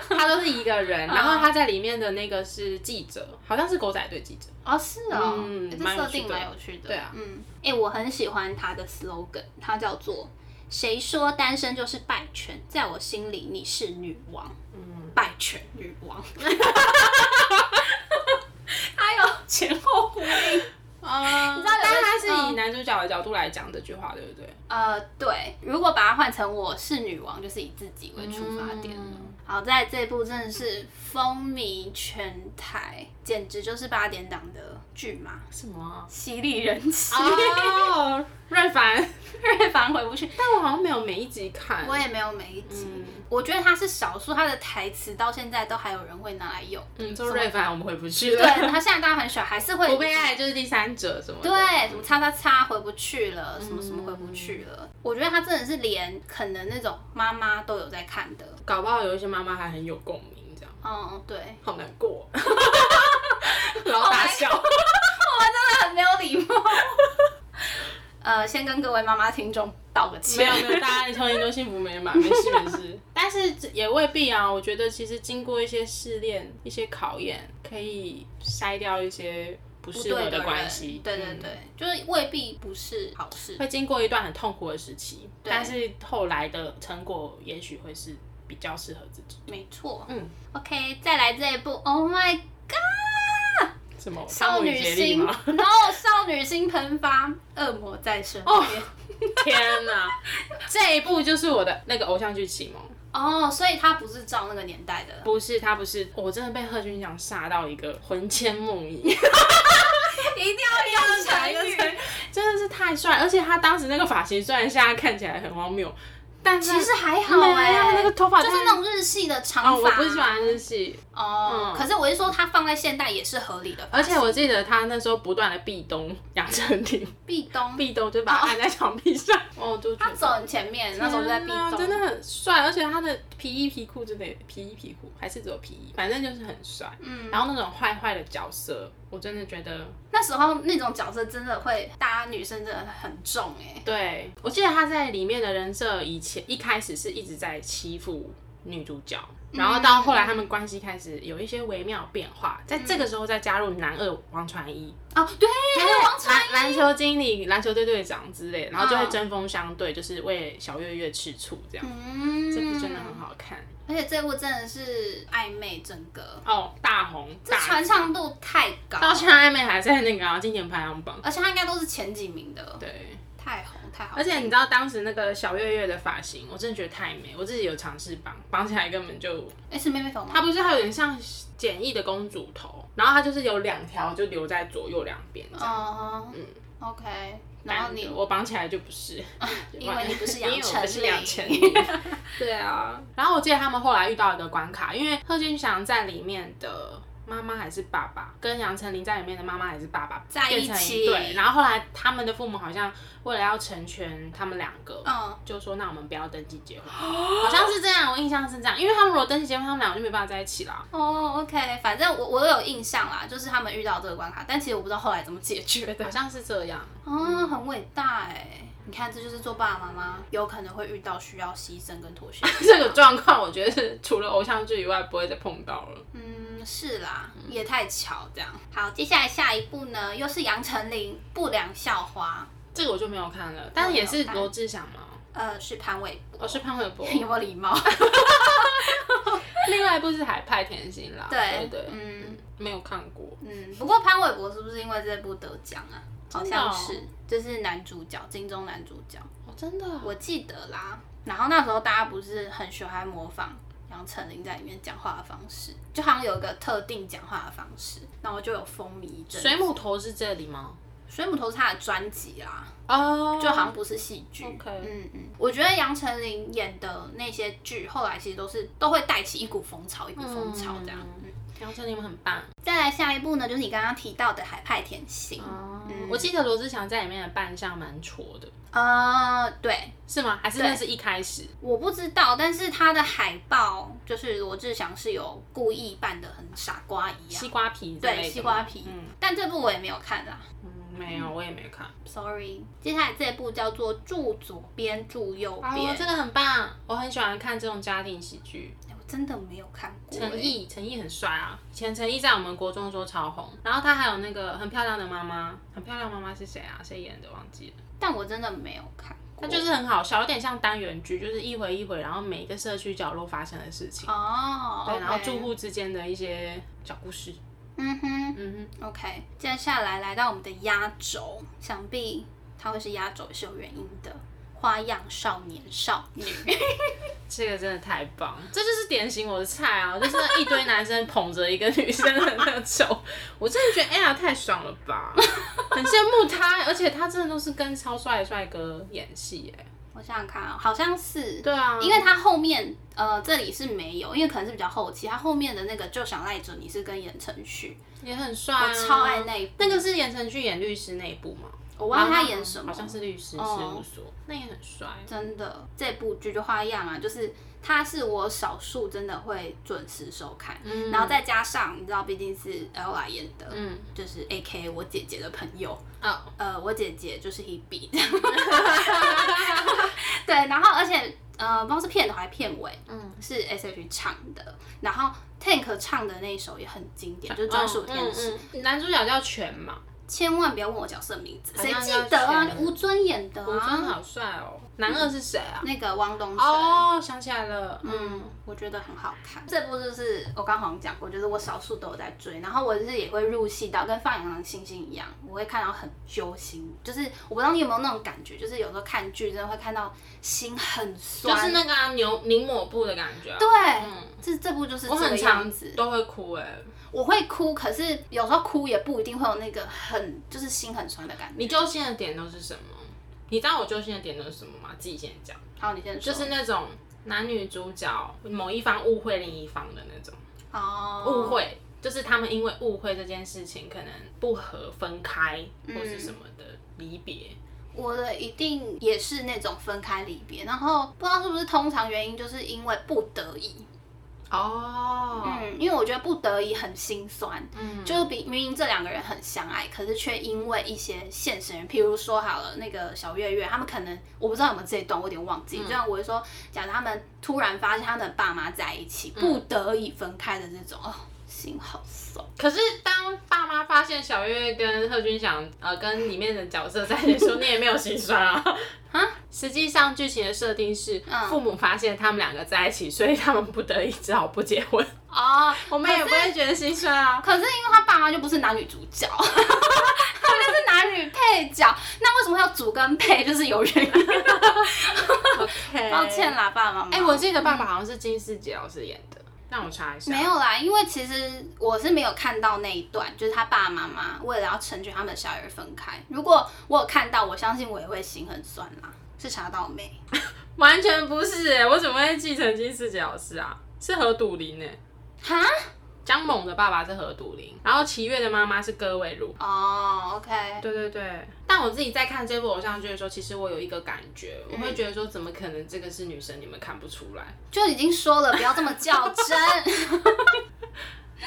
她都是一个人，然后她在里面的那个是记者，好像是狗仔队记者，哦，是哦，嗯欸蛮这有设趣定的蛮有趣的。对啊嗯，哎、我很喜欢他的 slogan，它叫做“谁说单身就是败犬，在我心里你是女王，嗯，败犬女 [LAUGHS] 王”，还有前后呼应。啊，知道有的但他是以嗯男主角的角度来讲这句话，对不对？呃，对，如果把它换成我是女王，就是以自己为出发点了。嗯好在这部真的是风靡全台，简直就是八点档的剧嘛，什么啊？犀利人气， [LAUGHS] 哦，瑞凡，瑞凡回不去。但我好像没有每一集看。我也没有每一集，嗯我觉得他是少数，他的台词到现在都还有人会拿来用。嗯，做瑞凡我们回不去对了。， [LAUGHS] 他现在大家很喜欢，还是会不被爱就是第三者什么的。对什么叉叉叉回不去了，什么什么回不去了。嗯我觉得他真的是连可能那种妈妈都有在看的。搞不好有一些妈妈还很有共鸣这样。哦、[LAUGHS] 嗯，对，好难过，然后大笑。很没有礼貌。 [LAUGHS] 呃，先跟各位妈妈听众道个没歉有。没有，大家超年都幸福美满，没事没事。 [LAUGHS] 但是也未必啊，我觉得其实经过一些试炼、一些考验，可以筛掉一些不适合对人关系。对对嗯对，就是未必不是好事。会经过一段很痛苦的时期，但是后来的成果也许会是比较适合自己。没错，嗯， OK，再来这一部，Oh my God，什么少女心， [LAUGHS] 吗？然后少女心喷发，恶魔在身边。哦天哪，这一部就是我的那个偶像剧启蒙。哦所以他不是照那个年代的，不是，他不是，我真的被贺军翔吓到一个魂牵梦 [LAUGHS] 萦，一定要用成语。真的是太帅，而且他当时那个发型虽然现在看起来很荒谬，但是其实还好哎、没有那个头发就是太那种日系的长发、哦，我不喜欢日系，哦、嗯可是我是说，它放在现代也是合理的发而型。且我记得他那时候不断的壁咚杨丞琳，壁咚，壁咚就把他按在墙壁上， [LAUGHS] 哦，就觉他得走很前面，那时候就在壁天啊咚，真的很帅，而且他的皮衣皮裤真的也皮衣皮裤还是只有皮衣，反正就是很帅。嗯，然后那种坏坏的角色，我真的觉得，那时候那种角色真的会，大家女生真的很重哎、对我记得他在里面的人设以前一开始是一直在欺负女主角，然后到后来他们关系开始有一些微妙变化，在这个时候再加入男二王传一，哦，对，还有王传篮篮球经理、篮球队队长之类的，然后就会针锋相对，就是为小月月吃醋这样。嗯，这部真的很好看而且这部真的是暧昧整个，哦，大红这大传唱度太高，到现在暧昧还在那个、啊、经典排行榜。而且它应该都是前几名的，对，太红太好看，而且你知道当时那个小月月的发型，我真的觉得太美，我自己有尝试绑，绑起来根本就，哎是妹妹头吗？它不是还有点像简易的公主头，然后它就是有两条就留在左右两边这样。哦，嗯，OK，然后你哦但我绑起来 [LAUGHS] 就不是，啊因为你不是因为杨我丞不是杨 [LAUGHS] 丞琳，琳，对啊。然后我记得他们后来遇到一个关卡，因为贺军翔在里面的妈妈还是爸爸，跟杨丞琳在里面的妈妈还是爸爸在一起变成对，然后后来他们的父母好像为了要成全他们两个，嗯，哦就说那我们不要登记结婚，好像是这样，我印象是这样，因为他们如果登记结婚，他们两个就没办法在一起啦。哦，OK，反正我我有印象啦，就是他们遇到这个关卡，但其实我不知道后来怎么解决的好。像是这样，哦，很伟大哎、你看，这就是做爸爸妈妈有可能会遇到需要牺牲跟 [LAUGHS] 妥协。这个状况我觉得是除了偶像剧以外不会再碰到了。嗯，是啦，也太巧这样。好，接下来下一步呢，又是杨丞琳《不良校花这个我就没有看了，但是也我是没有看罗志祥嘛，》，呃，是潘玮柏。我哦是潘玮柏， [LAUGHS] 有没有礼貌？另外一部是《海派甜心》啦，对对对，嗯没有看过，嗯。不过潘玮柏是不是因为这部得奖啊？好真的哦像是，就是男主角，金钟男主角。哦，真的，我记得啦。然后那时候大家不是很喜欢模仿杨丞琳在里面讲话的方式，就好像有一个特定讲话的方式，然后就有风靡一阵子。水母头是这里吗？水母头是他的专辑啦，哦，就好像不是戏剧。 OK 嗯嗯，我觉得杨丞琳演的那些剧，后来其实都是都会带起一股风潮，一股风潮这样。嗯嗯杨丞琳们很棒。再来下一部呢，就是你刚刚提到的《海派甜心》。哦，嗯我记得罗志祥在里面的扮相蛮挫的，呃，对，是吗？还是那是一开始？我不知道，但是他的海报就是罗志祥是有故意扮的很傻瓜一样西。瓜皮之类的吗对，西瓜皮。嗯但这部我也没有看啦嗯，没有，我也没看。 ，sorry。接下来这部叫做《住左边住右边》哦，这个很棒，我很喜欢看这种家庭喜剧。哎我真的没有看过、陈哎毅，陈毅很帅啊！以前陈毅在我们国中的时候超红，然后他还有那个很漂亮的妈妈，很漂亮妈妈是谁啊？谁演的忘记了。但我真的没有看过。它就是很好笑，有点像单元剧，就是一回一回，然后每一个社区角落发生的事情，哦，对， OK 然后住。户之间的一些小故事。嗯哼嗯，OK。接下来来到我们的压轴，想必它会是压轴也是有原因的，《花样少年少 [LAUGHS] 女》哼，这个真的太棒，这就是典型我的菜啊！就是那一堆男生捧着一个女生的那种，我真的觉得哎呀太爽了吧，很羡慕他，而且他真的都是跟超帅的帅哥演戏哎。我想想看啊，好像是。对啊，因为他后面呃这里是没有，因为可能是比较后期，他后面的那个就想赖着你是跟言承旭，也很帅、啊，我超爱那一部那个是言承旭演律师那一部吗？我忘了他演什么，好像是律师事务所，那也很帅。真的，这部剧就花样啊，就是它是我少数真的会准时收看，然后再加上你知道，毕竟是 Ella 演的，嗯就是 A K 我姐姐的朋友，哦，呃，我姐姐就是 Hebe，对，然后而且呃，不知道是片头还是片尾，嗯，是 S H 唱的，然后 Tank 唱的那一首也很经典，就是 [LAUGHS] 专属天使。嗯嗯男主角叫全嘛，千万不要问我角色名字，好谁像记叫得啊？全吴尊演的吴尊啊，好帅哦。男二是谁啊？那个汪东城。哦，想起来了，嗯，我觉得很好看。这部就是我刚好像讲过，就是我少数都有在追，然后我就是也会入戏到，跟放羊的星星一样，我会看到很揪心。就是我不知道你有没有那种感觉，就是有时候看剧真的会看到心很就酸。是那个啊牛拧抹布的感觉啊。对，嗯这这部就是我这很个常样子。都会哭哎、我会哭，可是有时候哭也不一定会有那个很就是心很酸的感觉。你揪心的点都是什么？你知道我揪心的点都是什么吗？自己先讲，好，你先说。就是那种男女主角某一方误会另一方的那种哦，误会，就是他们因为误会这件事情可能不和分开或是什么的离别。我的一定也是那种分开离别，然后不知道是不是通常原因就是因为不得已，哦，嗯，因为我觉得不得已很心酸，嗯就是比明明这两个人很相爱，可是却因为一些现实人，譬如说好了，那个小月月，他们可能我不知道有没有这一段，我有点忘嗯记。就像我会说，假如他们突然发现他们爸妈在一起，嗯不得已分开的这种，哦，心好酸。可是当爸妈发现小月月跟贺军翔呃跟里面的角色在一起的时候，你也没有心酸啊。 [LAUGHS] 嗯实际上剧情的设定是，父母发现他们两个在一起，所以他们不得已只好不结婚。哦， [LAUGHS] 我们也不会觉得心酸啊。可是因为他爸妈就不是男女主角， [LAUGHS] 他们就是男女配角，那为什么会有主跟配？就是有原 [LAUGHS] 因。 OK，抱歉。啦，爸爸妈妈。哎、我记得爸爸好像是金世杰老师演的，让我查一下。没有啦，因为其实我是没有看到那一段，就是他爸爸妈妈为了要成全他们的小孩而分开。如果我有看到，我相信我也会心很酸啦。是查到没？完全不是哎、我怎么会继承金世杰老师啊？是何笃林哎、哈？江猛的爸爸是何笃林，然后齐月的妈妈是葛伟如。哦、o k 对对对，但我自己在看这部偶像剧的时候，其实我有一个感觉，我会觉得说，怎么可能这个是女生，你们看不出来就已经说了，不要这么较真。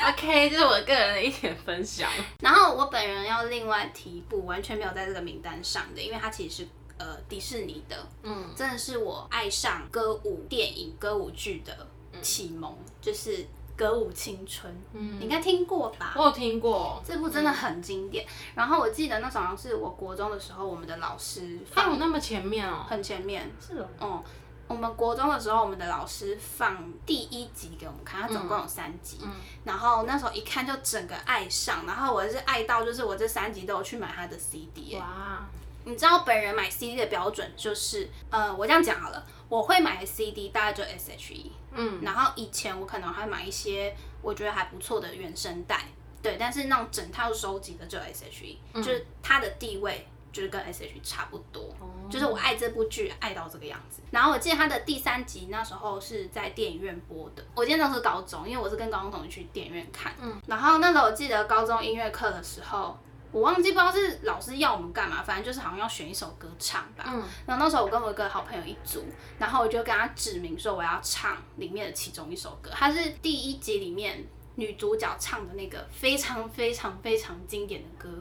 ？OK，这是我个人的一点分享。然后我本人要另外提一部，完全没有在这个名单上的，因为它其实是呃迪士尼的，嗯，真的是我爱上歌舞电影、歌舞剧的启蒙，嗯就是《歌舞青春》，嗯，你应该听过吧？我有听过，这部真的很经典。然后我记得那时候好像是我国中的时候，我们的老师但放我那么前面哦、很前面，是哦，嗯，我们国中的时候，我们的老师放第一集给我们看，它总共有三集。嗯然后那时候一看就整个爱上，然后我是爱到就是我这三集都有去买他的 CD 耶、哇，你知道本人买 CD 的标准就是，呃，我这样讲好了，我会买 CD 大概就 SHE，嗯，然后以前我可能还买一些我觉得还不错的原声带，对，但是那种整套收集的就 SHE，、就是它的地位就是跟 SHE 差不多，就是我爱这部剧爱到这个样子。然后我记得它的第三集那时候是在电影院播的，我记得那时候是高中，因为我是跟高中同学去电影院看，嗯，然后那时候我记得高中音乐课的时候。我忘记不知道是老师要我们干嘛，反正就是好像要选一首歌唱吧。嗯然后那时候我跟我一个好朋友一组，然后我就跟他指明说我要唱里面的其中一首歌，它是第一集里面女主角唱的那个非常非常非常经典的歌。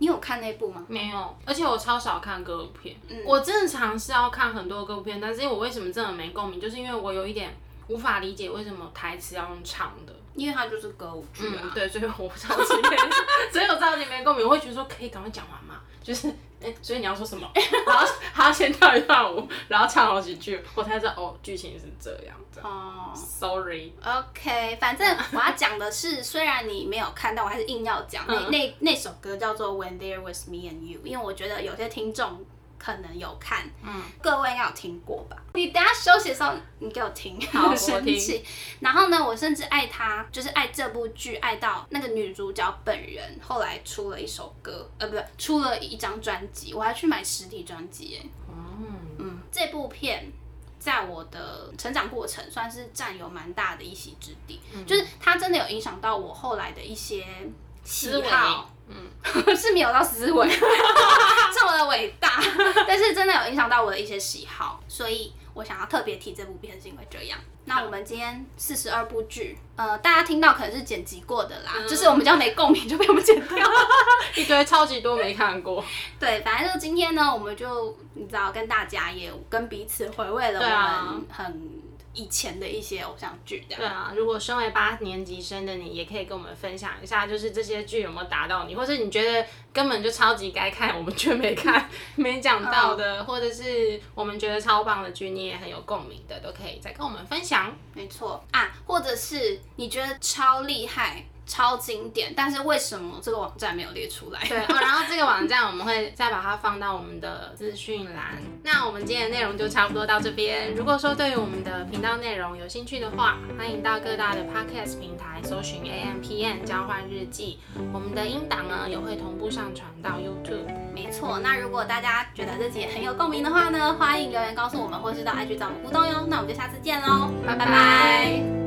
你有看那部吗？没有，而且我超少看歌舞片。我正常是要看很多歌舞片，但是我为什么真的没共鸣，就是因为我有一点无法理解为什么台词要用唱的。因为它就是歌舞剧啊。嗯，对，所以我超级 [LAUGHS] 没，所以我超级没共鸣。我会觉得说，可以赶快讲完嘛，就是，哎、所以你要说什么？ [LAUGHS] 然后还要先跳一段舞，然后唱好几句，我才知道哦，剧情是这样的。哦 Sorry， ，OK，反正我要讲的是，虽然你没有看到，我还是硬要讲。那那那首歌叫做《When There Was Me and You》，因为我觉得有些听众可能有看，嗯，各位应该有听过吧？你等一下休息的时候，你给我 [LAUGHS] 听，好我生听气。然后呢，我甚至爱他，就是爱这部剧，爱到那个女主角本人后来出了一首歌，呃，不对，出了一张专辑，我还去买实体专辑耶。嗯，嗯，这部片在我的成长过程算是占有蛮大的一席之地，就是它真的有影响到我后来的一些喜思维好， [LAUGHS] 是没有到思维，这么的伟大，但是真的有影响到我的一些喜好，所以我想要特别提这部片是因为这样。那我们今天四十二部剧，呃，大家听到可能是剪辑过的啦，就是我们比较没共鸣就被我们剪掉了。一堆超级多没看过。对，反正就今天呢，我们就你知道，跟大家也跟彼此回味了对啊我们很以前的一些偶像剧这样。对啊，如果身为八年级生的你，也可以跟我们分享一下，就是这些剧有没有打到你，或者你觉得根本就超级该看，我们却没看、 [LAUGHS] 没讲到的，或者是我们觉得超棒的剧，你也很有共鸣的，都可以再跟我们分享。没错啊，或者是你觉得超厉害、超经典，但是为什么这个网站没有列出来？对、哦，然后这个网站我们会再把它放到我们的资讯栏。那我们今天的内容就差不多到这边。如果说对于我们的频道内容有兴趣的话，欢迎到各大的 podcast 平台搜寻 A M P N 交换日记。我们的音档呢也会同步上传到 YouTube。没错，那如果大家觉得自己很有共鸣的话呢，欢迎留言告诉我们，或是到 IG 找我们互动哟。那我们就下次见喽，拜拜拜拜